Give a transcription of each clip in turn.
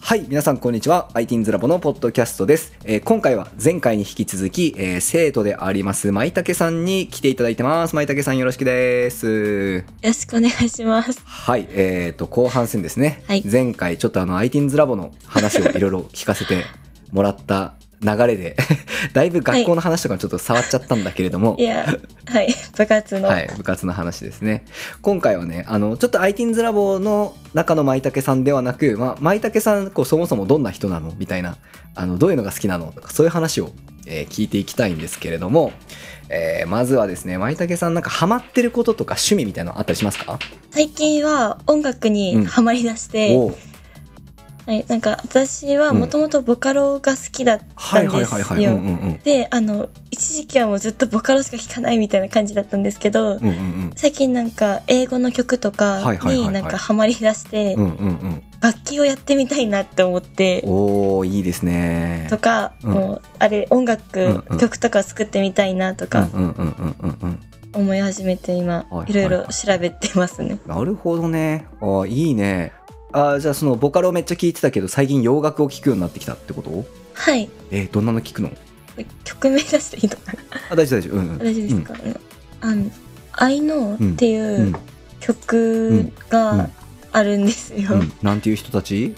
はい、皆さんこんにちは。ITINS ラボのポッドキャストです。えー今回は前回に引き続き、えー生徒であります、舞竹さんに来ていただいてます。舞竹さんよろしくです。よろしくお願いします。はい、えーと、後半戦ですね。はい前回ちょっとあの、ITINS ラボの話をいろいろ聞かせてもらった流れで、 だいぶ学校の話とかもちょっと触っちゃったんだけれども、 いや、はい、部活の。はい、部活の話ですね。今回はね、あの、ちょっと ITINS ラボの中の舞茸さんではなく、まあ、舞茸さん、こう、そもそもどんな人なのみたいな、あの、どういうのが好きなのとか、そういう話を、えー聞いていきたいんですけれども、えーまずはですね、舞茸さんなんかハマってることとか趣味みたいなのあったりしますか、最近は音楽にハマりだして、おうはい、なんか私はもともとボカロが好きだったはんいはいではいすはい。うんよ。うんうん。で、あの、一時期はもうずっとボカロしか聴かないみたいな感じだったんですけど、うんうん最近なんか英語の曲とはいかはいはいはにいなんかハマりだしてうん。う、んうんうん。楽器をやってみたいなって思って、おー、いいですねと。か、うんもう、あれ、音楽うんうん、曲とか作ってみたいなとうんかうんうんうんうんうん。思い始めて今はいは、いいろいろ調べてますね。なるほどね。ああ、いいね。ああ、じゃあそのボカロめっちゃ聞いてたけど、最近洋楽を聴くようになってきたってことはい。えーどんなの聞くの曲名出していいのかなあ、大丈夫大丈夫。うん、うん。。大丈夫ですか、あの「I know」っていううん曲があるんですよ、うん。うん。なんていう人たちち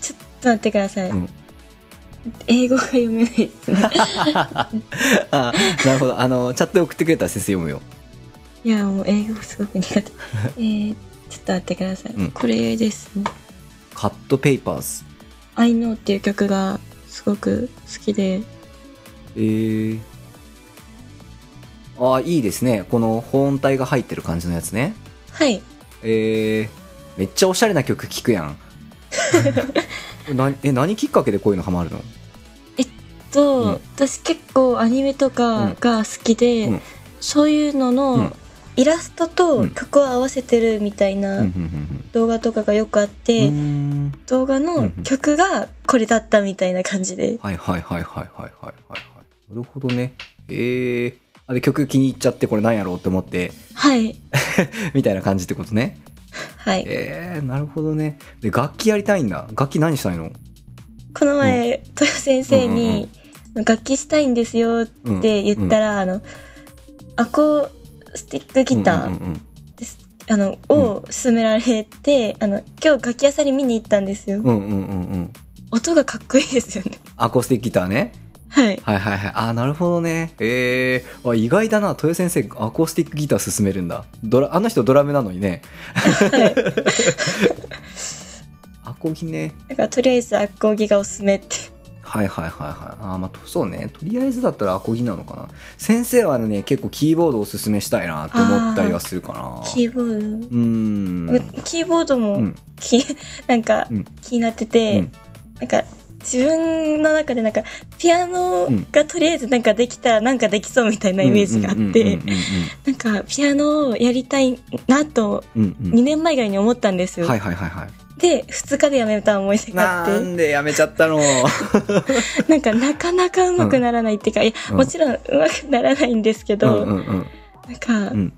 ちょっと待ってください、うん英語が読めないですね あなるほど。あの、チャットで送ってくれたら先生読むよ。いやもう英語すご く苦手えー、ちょっと待ってください、うんこれですねカットペーパーズ。 「I know」っていう曲がすごく好きでえー。ああ、いいですね。この保音体が入ってる感じのやつね。はいえー。めっちゃおしゃれな曲聴くや ん。なえ、何きっかけでこういうのハマるのと、うん私結構アニメとかが好きで、うんそういうのうのんイラストと曲を合わせてるみたいな、うん、うん、うん動画とかがよくあっうん。うて、ーん。動画の曲がこれだったみたいな感じで、はいはいはいはいはいはいはい。なるほどね。ええあれ曲気に入っちゃってこれなんやろうって思って、 はいみたいな感じってことね。はいええなるほどね。で、楽器やりたいんだ。楽器何したいのこの前、豊先生に、楽器したいんですよ」っうん。て言ったら、あのアコースティックギうんうターんうんうんです、あのを勧められて、あの今日楽器屋さんに見に行ったんですよ、うんうんうんうん。音がかっこいいですよねアコースティックギターね。はいはいはいはい。あーなるほどね。ええあ意外だな。豊先生、アコースティックギター勧めるんだ。ドラ、あの人ドラムなのにね。 アコギね。だからとりあえずアコギがおすすめってはいはいはいはい。あーまあ、とそうね。とりあえずだったらアコギなのかな。先生はね、結構キーボードをおすすめしたいなって思ったりはするかな。キーボーうーん。ド、キーボードも、うん。き なんかうん気になってて、うんなんか自分の中でなんかピアノがとりあえずなんかできたらなんかできそうみたいなイメージがあってなんかピアノをやりたいなとうんうんうんうんうんうん2年前ぐらいに思ったんですよ、はいはいはいはい。で2日でやめた思い出があっなてんでやめちゃったのなんかなかなかうまくならないっていうか、いやうんもちろんうまくならないんですけう ど、んうんうん。なんか、うん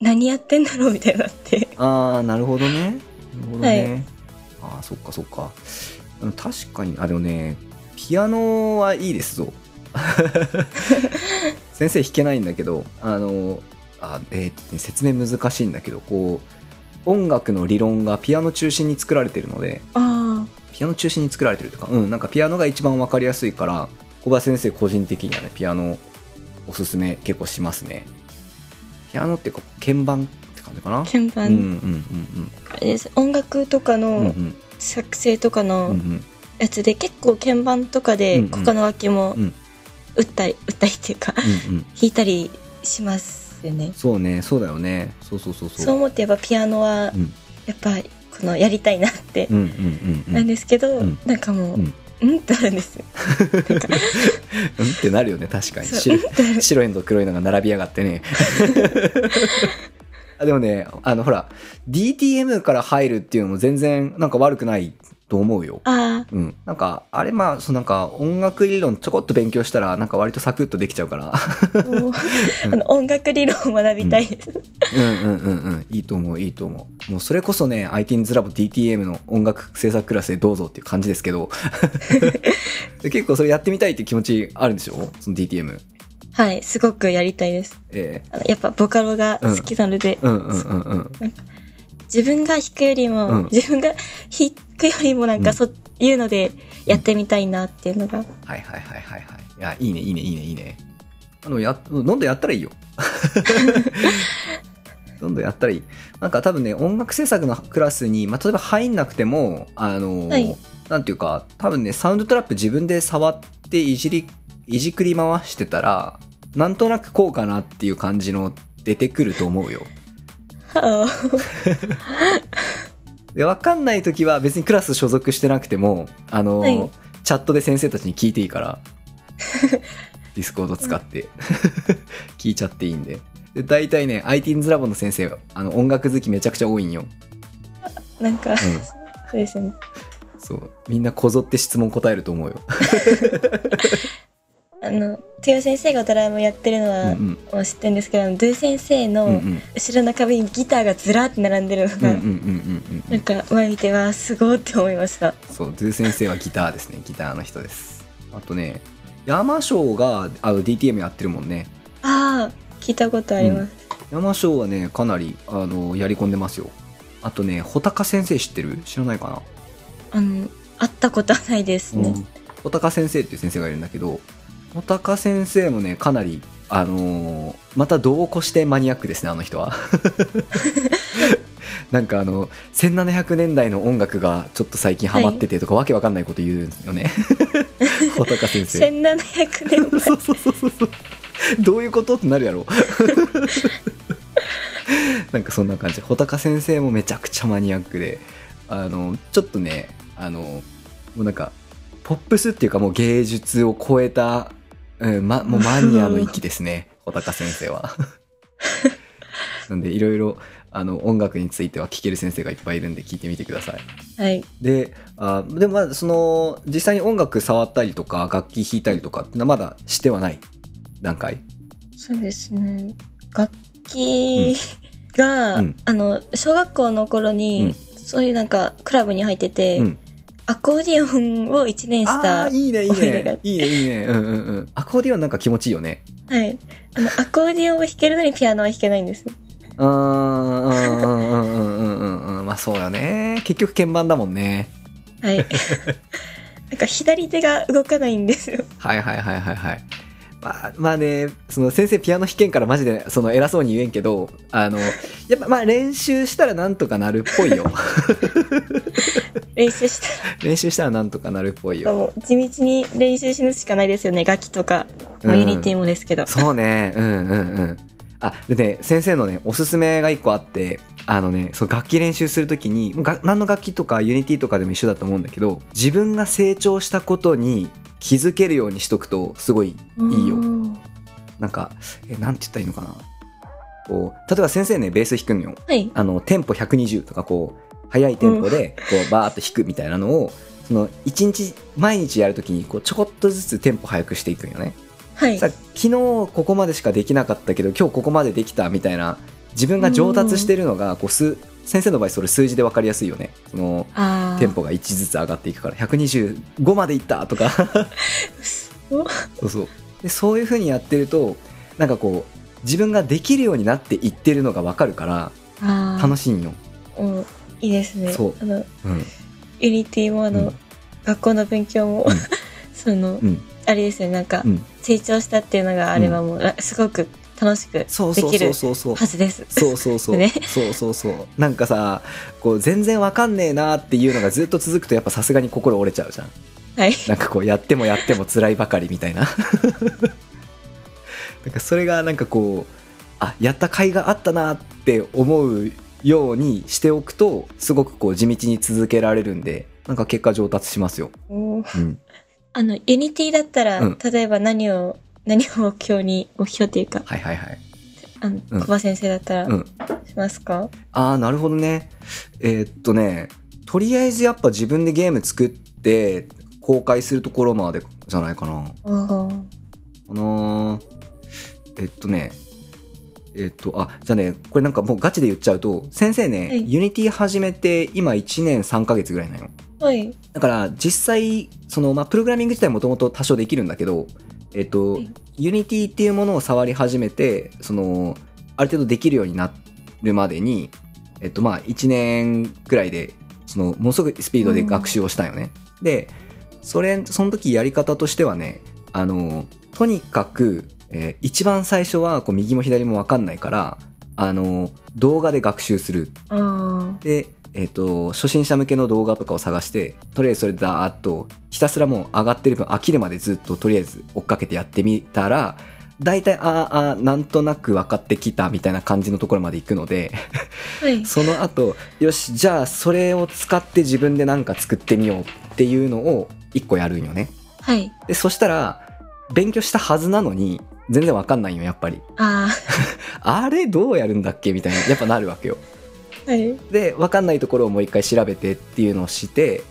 何やってんだろうみたいになってああ、なるほどね。なるほどね。ああ、そっかそっか。うん確かに、あ、でもね、ピアノはいいですぞ。先生弾けないんだけど、あの、あえーとね説明難しいんだけど、こう、音楽の理論がピアノ中心に作られてるので、あピアノ中心に作られてるというか、うん、なんかピアノが一番わかりやすいから、小林先生個人的にはね、ピアノおすすめ結構しますね。ピアノっていうか、鍵盤って感じかなあ。鍵うんうん盤、うんあれです音楽とかうん。うんうのん作成とかの、うんうん。やつで結構鍵盤とかでうんうん他の楽器もうん打ったり、打ったりっていうか 弾うんうんいたりしますよねそうね、そうだよね。そうそうそうそうそう。思ってやっぱピアノはうんやっぱこのやりたいなってうんうんうんうなん。うんんですけど、うんなんかもう、ううんん、ってなるんですよんってなるよね、確かに。そ白ううんってなる白いのと黒いのが並びやがってね。あでもね、あのほら、DTM から入るっていうのも全然なんか悪くないと思うよ。ああ、うん、なんかあれまあそのなんか音楽理論ちょこっと勉強したらなんか割とサクッとできちゃうからもう あの音楽理論を学びたいです。うんうんうんうんいいと思ういいと思うもうそれこそね ITINS ラボ DTM の音楽制作クラスでどうぞっていう感じですけどで結構それやってみたいって気持ちあるんでしょその DTM はい、すごくやりたいです。えあのやっぱボカロが好きなので、えうんうんうんうん自分が弾くよりも、うん自分が弾くよりもなんうかんそういうのでやってみたいなっていうのが。はいはいはいはいはいいやいいねいいねいいねいいねあのやどんどんやった らいいよどんどんやったらいいなんか多分ね音楽制作のクラスに、まあ、例えば入んなくてもあの、はいなんていうか多分ねサウンドトラップ自分で触っていじりいじくり回してたらなんとなくこうかなっていう感じの出てくると思うよあで分かんない時は別にクラス所属してなくてもあの、はいチャットで先生たちに聞いていいから ディスコード使って 聞いちゃっていいんでで大体ね ITINS ラボの先生あの音楽好きめちゃくちゃ多いんよ、ーなんか、うんそうですね。そうみんなこぞって質問答えると思うよ、あの、てよ先生がドラムやってるのうは、んうんもう知ってるんですけど、ドゥ先うん生うんの後ろの壁にギターがずらーって並んでるのうんうんうんが、うんうなんんか前見てはすごいって思いました。そうドゥ先生はギターですねギターの人ですあとね山椒があの DTM やってるもんねああ、聞いたことあります。山椒はねかなりあのやり込んでますよあとね穂高先生知ってる知らないかなあの、会ったことはないですね。小高先生っていう先生がいるんだけど小高先生もねかなりあのーまた度を越してマニアックですねあの人はなんかあの1700年代の音楽がちょっと最近ハマっててとか、わけわかんないこと言うんですよね小高先生1700年前。そうそうそうそうそうどういうことってなるやろなんかそんな感じ穂高先生もめちゃくちゃマニアックであのちょっとねあのもうなんかポップスっていうかもう芸術を超えた、うんま、もうマニアの域ですね穂高先生はなんでいろいろあの音楽については聴ける先生がいっぱいいるんで聞いてみてください はい。であでもまだその実際に音楽触ったりとか楽器弾いたりとかっていうのはまだしてはない段階そうですね。楽器が、うんあの、小学校の頃うに、んそういうなんか、クラブに入ってて、うんアコーディオンを1年しあた、あいいねいいお昼がねいいねいいねうんうんうんアコーディオンなんか気持ちいいよねはい。あの、アコーディオンを弾けるのにピアノは弾けないんです。うんうんうんうんうんうんうんまあそうよね結局鍵盤だもんね はい。なんか左手が動かないんですよ。はいはいはいはいはいまあまあねその先生ピアノ弾けんからマジでその偉そうに言えんけどあのやっぱまあ練習したらなんとかなるっぽいよ 練習した練習したらなんとかなるっぽいよらもう地道に練習するしかないですよね。楽器とか、まあうんユニティもですけど。そうね、うんうんうん。あ、でね、先生のね、おすすめが一個あって、あのね、そう楽器練習するときに、もうが何の楽器とかユニティとかでも一緒だと思うんだけど、自分が成長したことに気づけるようにしとくと、すごい、いいようんなんか、え、なんて言ったらいいのかな。こう、例えば先生ね、ベース弾くのよ。はい。あの、テンポ120とか、こう、速いテンポで、こう、バーっと弾くみたいなのを、その、一日、毎日やるときに、こう、ちょこっとずつテンポ速くしていくんよね。はいさ。昨日ここまでしかできなかったけど今日ここまでできたみたいな自分が上達してるのがこう数先生の場合それ数字で分かりやすいよねそのああ。テンポが1ずつ上がっていくから125までいったとかそうそうでそういう風にやってるとなんかこう自分ができるようになっていってるのが分かるからあー楽しいんよ、うん、いいですね。そうあの、うんユニティもあの、うん学校の勉強も、うん その、うんあれですよね、なんか、うん、成長したっていうのがあればもう、らすごく楽しくでそうそうきそるうそうそうはずです。そうそうそう、ねそうそうそうなんかさこう全然わかんねえなっていうのがずっと続くとやっぱさすがに心折れちゃうじゃん はい。なんかこうやってもやっても辛いばかりみたいな なんかそれがなんかこうあやった甲斐があったなって思うようにしておくとすごくこう地道に続けられるんでなんか結果上達しますよ、うんうん、あの、ユニティだったら、うん例えば何を、何を目標に、目標っていうか、はいはいはいあの、うん小葉先生だったうらんしますか、ああなるほどねえーっとねとりあえずやっぱ自分でゲーム作って公開するところまでじゃないかな。ああのーえっとね、えっと、あ、じゃあね、これなんかもうガチで言っちゃうと、先生ね、はいユニティ始めて今1年3ヶ月ぐらいなの。あ。はい。だから実際、その、まあ、プログラミング自体もともと多少できるんだけど、えっとはい、ユニティっていうものを触り始めて、その、ある程度できるようになるまでに、えっと、まあ、1年くらいで、その、ものすごくスピードで学習をしたよね。で、それ、その時やり方としてはね、あの、とにかく、えー一番最初はこう右も左もわかんないから、あの、動画で学習する。ああ。で、えっと初心者向けの動画とかを探してとりあえずそれだーっとひたすらもう上がってる分飽きるまでずっととりあえず追っかけてやってみたら大体あーあーなんとなく分かってきたみたいな感じのところまで行くのではい。その後よしじゃあそれを使って自分で何か作ってみようっていうのを一個やるんよねはい。でそしたら勉強したはずなのに全然分かんないんよやっぱりああれどうやるんだっけみたいなやっぱなるわけよあ。 はい。で分かんないところをもう一回調べてっていうのをして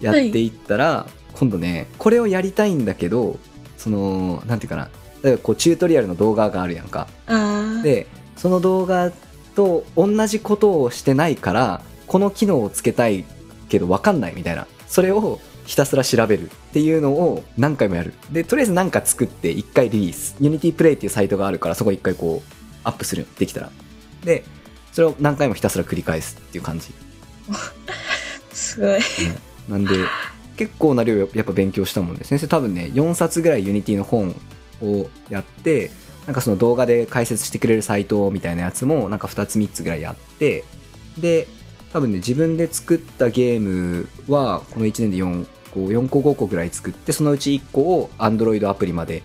やっていったら、今度ねこれをやりたいんだけどそのなんていうかな例えばこうチュートリアルの動画があるやんかああ。でその動画と同じことをしてないからこの機能をつけたいけど分かんないみたいなそれをひたすら調べるっていうのを何回もやるでとりあえず何か作って一回リリース UnityPlay っていうサイトがあるからそこ一回こうアップするできたらでそれを何回もひたすら繰り返すっていう感じすごい。なんで、結構な量やっぱ勉強したもんで、先生多分ね、4冊ぐらいユニティの本をやって、なんかその動画で解説してくれるサイトみたいなやつも、なんか2つ3つぐらいやって、で、多分ね、自分で作ったゲームは、この1年で4個、4個5個ぐらい作って、そのうち1個を Android アプリまで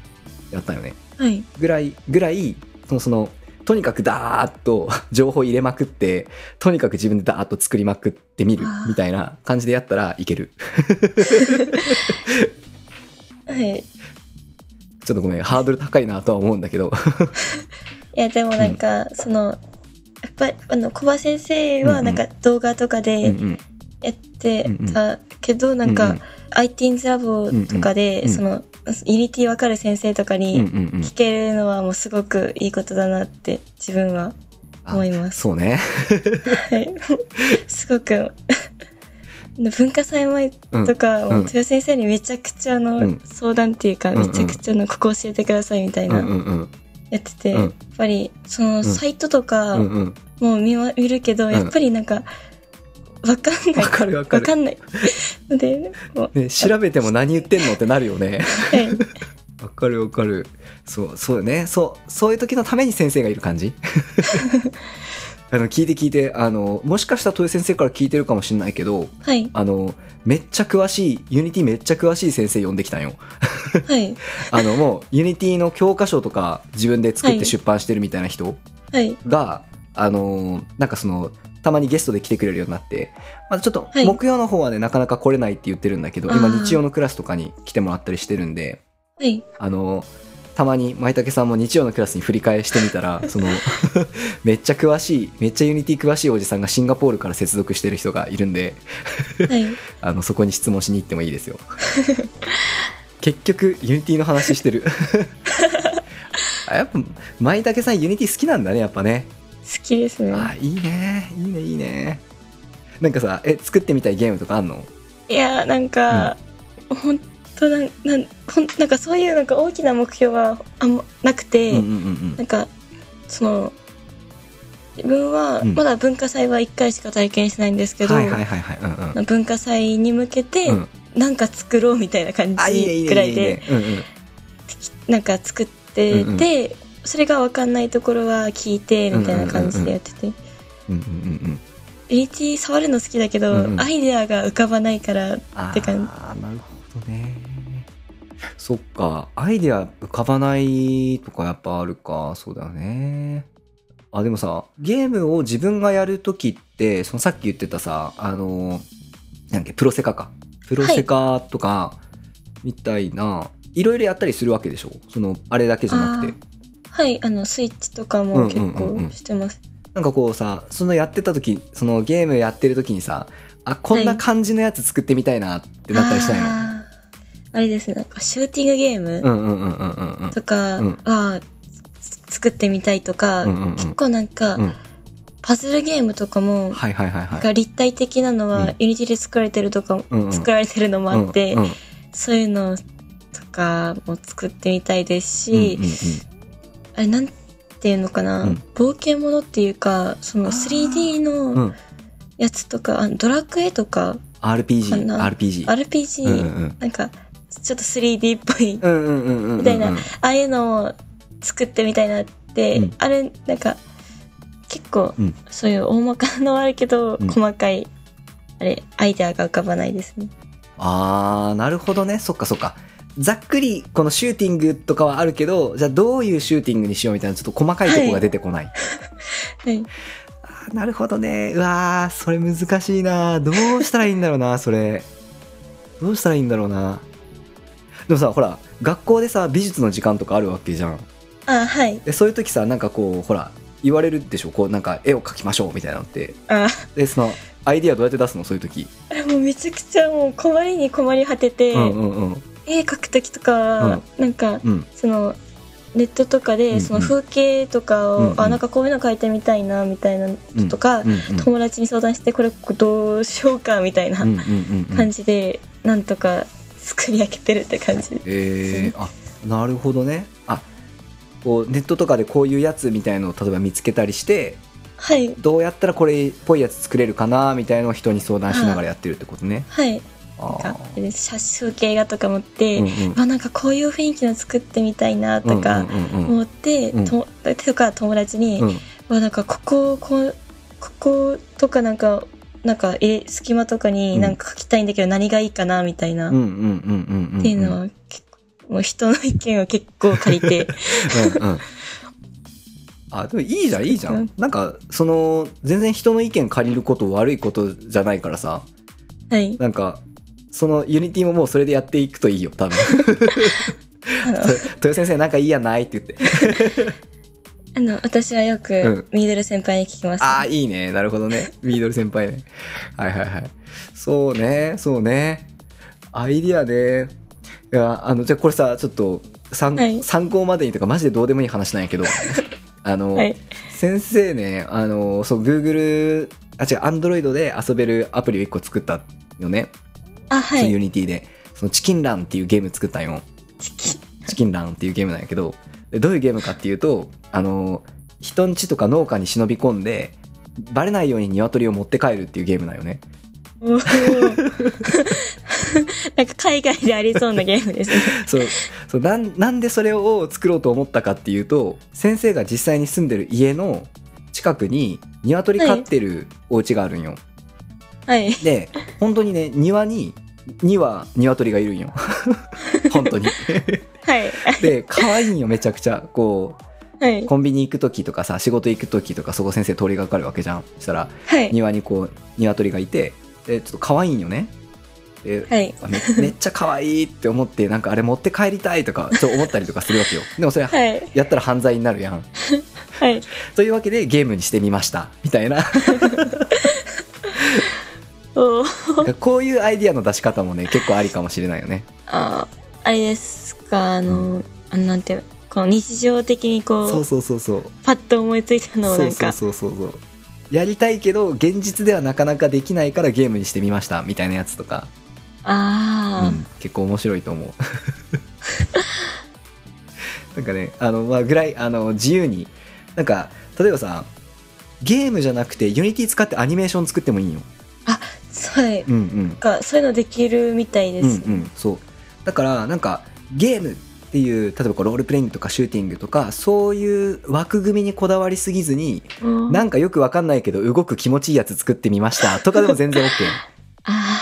やったよね。はい。ぐらい、ぐらい、その、その、とにかくダーッと 情報入れまくって、とにかく自分でダーッと作りまくってみるあーみたいな感じでやったらいける。はい。いちょっとごめん、ハードル高いなとは思うんだけど。や、でもなんか、その、やっぱり、あの、小葉先生うんうはんなんか動画とかでうんうんやってたけど、なんうかん、 IT's ラボとかうんうで、んその、ユニティわかる先生とかうんにうんうん聞けるのはもうすごくいいことだなって、自分は 思います。そうね。はい。すごく、文化祭前うんとか、うん豊先生にめちゃくちゃあの、うん相談っていうか、うんうんめちゃくちゃのここ教えてくださいみたいうんうな、んうんやってて、うんやっぱり、その、んサイトとか、うんうん。もう見ま見るけど、んやっぱりなんか、わかんない。わかるわかるわか んない。ので、もう、ね、調べても何言ってんのってなるよ ね。はい。わかるわかる。そう、そうだね。そう、そういう時のために先生がいる感じ あの、聞いて聞いて、あの、もしかしたら豊先生から聞いてるかもしれないけど、はい。あの、めっちゃ詳しい、ユニティめっちゃ詳しい先生呼んできたんよ。はい。あの、もう、ユニティの教科書とか自分で作っはてい出版してるみたいな人、はい。が、あのーなんかその、たまにゲストで来てくれるようになって、まあ、ちょっとはい木曜の方はね、なかなか来れないって言ってるんだけど、あー今日曜のクラスとかに来てもらったりしてるんで、はい。あのーたまに舞武さんも日曜のクラスに振り返してみた ら、その、 めっちゃ詳しい、めっちゃユニティ詳しいおじさんがシンガポールから接続してる人がいるんで、はい。あの、そこに質問しに行ってもいいです よ。結局、ユニティの話して る。あやっぱ、舞武さんユニティ好きなんだね、やっぱね。好きですね。あいいねいいねいいねなんかさえ作ってみたいゲームとかあんのいやーなんか、ほんとなんなんほんなんかそういうなんか大きな目標はあんまなくて、うんうんうんなんかその自分はうんまだ文化祭は1回しか体験してないんですうけんど、はいはいはいはいうんうん文化祭に向けてうんなんか作ろうみたいな感あいいねいいじねくらいいいでねうんうんなんか作ってて、うんうんそれが分かんないところは聞いてみたいな感じでやってて。うんうんうんうんユニティ触るの好きだけど、うんうんアイデアが浮かばないからあて感じーなるほどねそっかアイデア浮かばないとかやっぱあるかそうだよねあでもさゲームを自分がやるときってそのさっき言ってたさあのなんだっけプロセカかプロセカとかみたいな、いろいろやったりするわけでしょそのあれだけじゃなくてはいあのスイッチとかも結うんうんうんうん構してます、なんかこうさ、そのやってた時、そのゲームやってる時にさ、あ、こんな感じのやつ作ってみたいなってなったりしないの、あーあれですね、なんかシューティングゲーうムんうんうんうんうんうん。とかうんはつ作ってみたいとか、うんうんうん結構なんか、うんパズルゲームとかも、はいはいはいはい。が立体的なのうんは、ユニティで作られてるとか、うんうん作られてるのもあって、うんうんそういうのとかも作ってみたいですうんうんし、あれなんていうのかな、うん冒険者っていうか、そのあー 3D うんうのんやつとか、あドラクエとか、 RPG、かな RPG。 RPG、うんうんなんか、ちょっと 3D っぽい、あうんうんうんうんうん。みたいなあいうのを作ってみたいなって、うんあれ、なんか、結構うん、そういう大まかのはあるけど、うん細かい、あれ、アイデアが浮かばないですね。あー、なるほどね。そっかそっか。ざっくり、このシューティングとかはあるけど、じゃあどういうシューティングにしようみたいな、ちょっと細かいところが出てこない。はい。あーなるほどね。うわー、それ難しいな。どうしたらいいんだろうな、それ。どうしたらいいんだろうな。でもさ、ほら、学校でさ、美術の時間とかあるわけじゃん。あ、はい。でそういう時さなんかこうほら言われるでしょこうなんか絵を描きましょうみたいなのってあ、でそのアイディアどうやって出すのそういう時、あれもうめちゃくちゃもう困りに困り果てて、うんうんうん絵描く時とか、なんか、うんそのネットとかうんうんでその風景とかを、うんうんあなんかこういうの描いてみたいなみたいなのとか、うんうん友達に相談してこれどうしようかみたいなうんうんうんうん感じで、なんとか作り上げてるって感じえー、あなるほどねあこうネットとかでこういうやつみたいのを例えば見つけたりしてはいどうやったらこれっぽいやつ作れるかなみたいのを人に相談しながらやってるってことねはいあなんかーで写風景画とか持って、うんうまんうんあなんかこういう雰囲気の作ってみたいなうとんかうんうん思って、うんととか友達に、うんまあなんかここをこうこことかなんかなんかえ隙間とかになんか書きたいんだけど何がいいかなみたいな、うんうっんうんうんうんていうのは結構もう人の意見を結構借りて うんうんあでもいいじゃんいいじゃうんんなんかその全然人の意見借りること悪いことじゃないからさはいなんかそのユニティももうそれでやっていくといいよ多分 あの豊先生なんかいいやないって言ってあの私はようんくミドル先輩に聞きます、ああいいねなるほどねミードル先輩ねはいはいはいそうねそうねアイディアねいやあのじゃあこれさちょっと参,、はい参考までにとかマジでどうでもいい話なんやけどあの、はい先生ね、あの、そう、Google、あ、違う、Android で遊べるアプリを1個作ったよね。あはユいニティで。そのチキンランっていうゲーム作ったよ。チキンチキンランっていうゲームなんやけど、でどういうゲームかっていうと、あの、人んちとか農家に忍び込んで、バレないように鶏を持って帰るっていうゲームなんよ ね。おーなんか海外でありそうなゲームですねそう、そうなん、なんでそれを作ろうと思ったかっていうと、先生が実際に住んでる家の近くに鶏飼ってるお家があるんよ。はいで本当にね庭に2羽鶏がいる んよ本当にはいで可愛いんよめちゃくちゃこはいはいうコンビニ行く時とかさ仕事行く時とかそこ先生通りがかるわけじゃんそしたらはい庭にこう鶏がいてでちょっと可愛いんよねではいあめめっちゃ可愛いって思ってなんかあれ持って帰りたいとかちょっと思ったりとかするわけよでもそれはいやったら犯罪になるやんはいというわけでゲームにしてみましたみたい なおーなんかこういうアイディアの出し方もね結構ありかもしれないよねああれですかあの、あのなんていうこの日常的にこうそうそうそうそうパッと思いついたのをなんかそうそうそうそうそうやりたいけど現実ではなかなかできないからゲームにしてみましたみたいなやつとか、あうん結構面白いと思う なんかねあのまあぐらいあの自由になんか例えばさゲームじゃなくてユニティ使ってアニメーション作ってもいいよ、あ、はいうんうん、なんかそういうのできるみたいでうんす、うん、そうだからなんかゲームっていう例えばこうロールプレイングとかシューティングとかそういう枠組みにこだわりすぎずにうんなんかよくわかんないけど動く気持ちいいやつ作ってみま したとかでも全然 OK。あ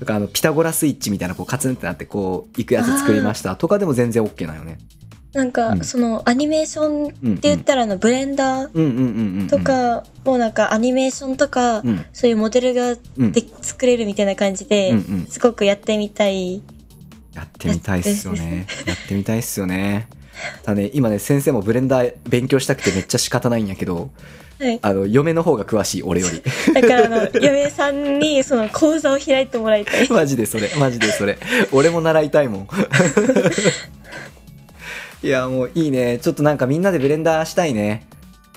とかあのピタゴラスイッチみたいなこうカツンってなってこういくやつ作りましたとかでも全然 OK なよね。ーなんうんかそのアニメーションってうんうん言ったらあのブレンダーうんうんうんうん。と、かもうなんかアニメーションとかうんそういうモデルがうん、で作れるみたいな感じでうんうんすごくやってみたいやってみたいっすよね。やってみたいっすよね。ただね今ね先生もブレンダー勉強したくてめっちゃ仕方ないんやけどはいあの嫁の方が詳しい俺よ りだからあの嫁さんにその講座を開いてもらいたいマジでそれマジでそれ俺も習いたい もんいやもういいねちょっとなんかみんなでブレンダーしたいね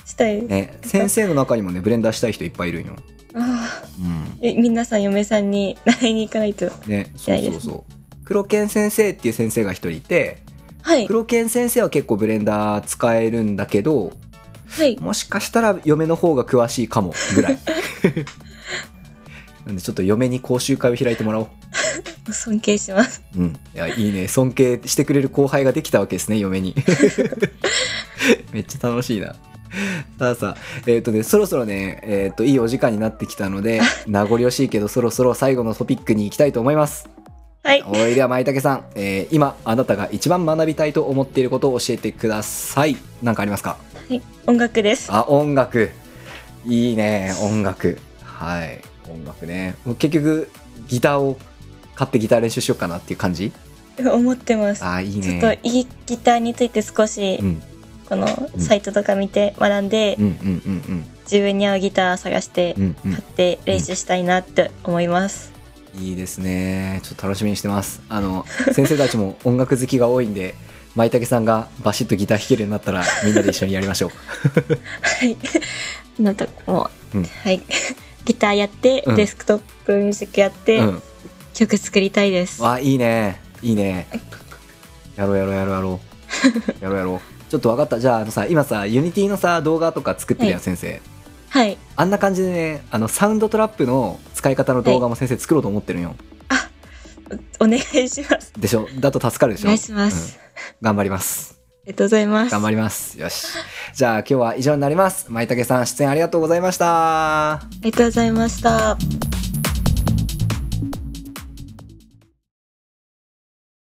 したい、ね先生の中にもねブレンダーしたい人いっぱいいるんよああうんえ皆さん嫁さんに習いに行かないとねそうそうそう黒剣先生っていう先生が一人いてはい黒剣先生は結構ブレンダー使えるんだけどはいもしかしたら嫁の方が詳しいかもぐ らいなんでちょっと嫁に講習会を開いてもらおう尊敬しますうん、いやいいね尊敬してくれる後輩ができたわけですね嫁 にめっちゃ楽しいなさあさあえっ、とねそろそろねえっ、といいお時間になってきたの で名残惜しいけどそろそろ最後のトピックに行きたいと思いますはいおいでは舞茸さん、えー今あなたが一番学びたいと思っていることを教えてください何かありますかはい音楽ですあ音楽いいね音楽はい音楽ねもう結局ギターを買ってギター練習しようかなっていう感じ思ってますあいいちょねっといいギターについて少しうんこのうんサイトとか見て学んでうんうんうん自分に合うギター探してうんうん買って練習したいなって思いますうんいいですねちょっと楽しみにしてますあ の先生たちも音楽好きが多いんで舞茸さんがバシッとギター弾けるようになったらみんなで一緒にやりましょうはい なんともう、うんはい ギターやって、うんデスクトップミュージックやって、うん曲作りたいですわいいねいいねやろうやろうやろうやろうやろうやろうちょっと分かったじゃああのさ今さユニティのさ動画とか作ってるやん、はい先生はいあんな感じでねあのサウンドトラップの使い方の動画も先生作ろうと思ってるんよ、お願いしますでしょだと助かるでしょお願いします、うん頑張りますありがとうございます頑張ります。よし。じゃあ今日は以上になります。舞茸さん出演ありがとうございました。ありがとうございました。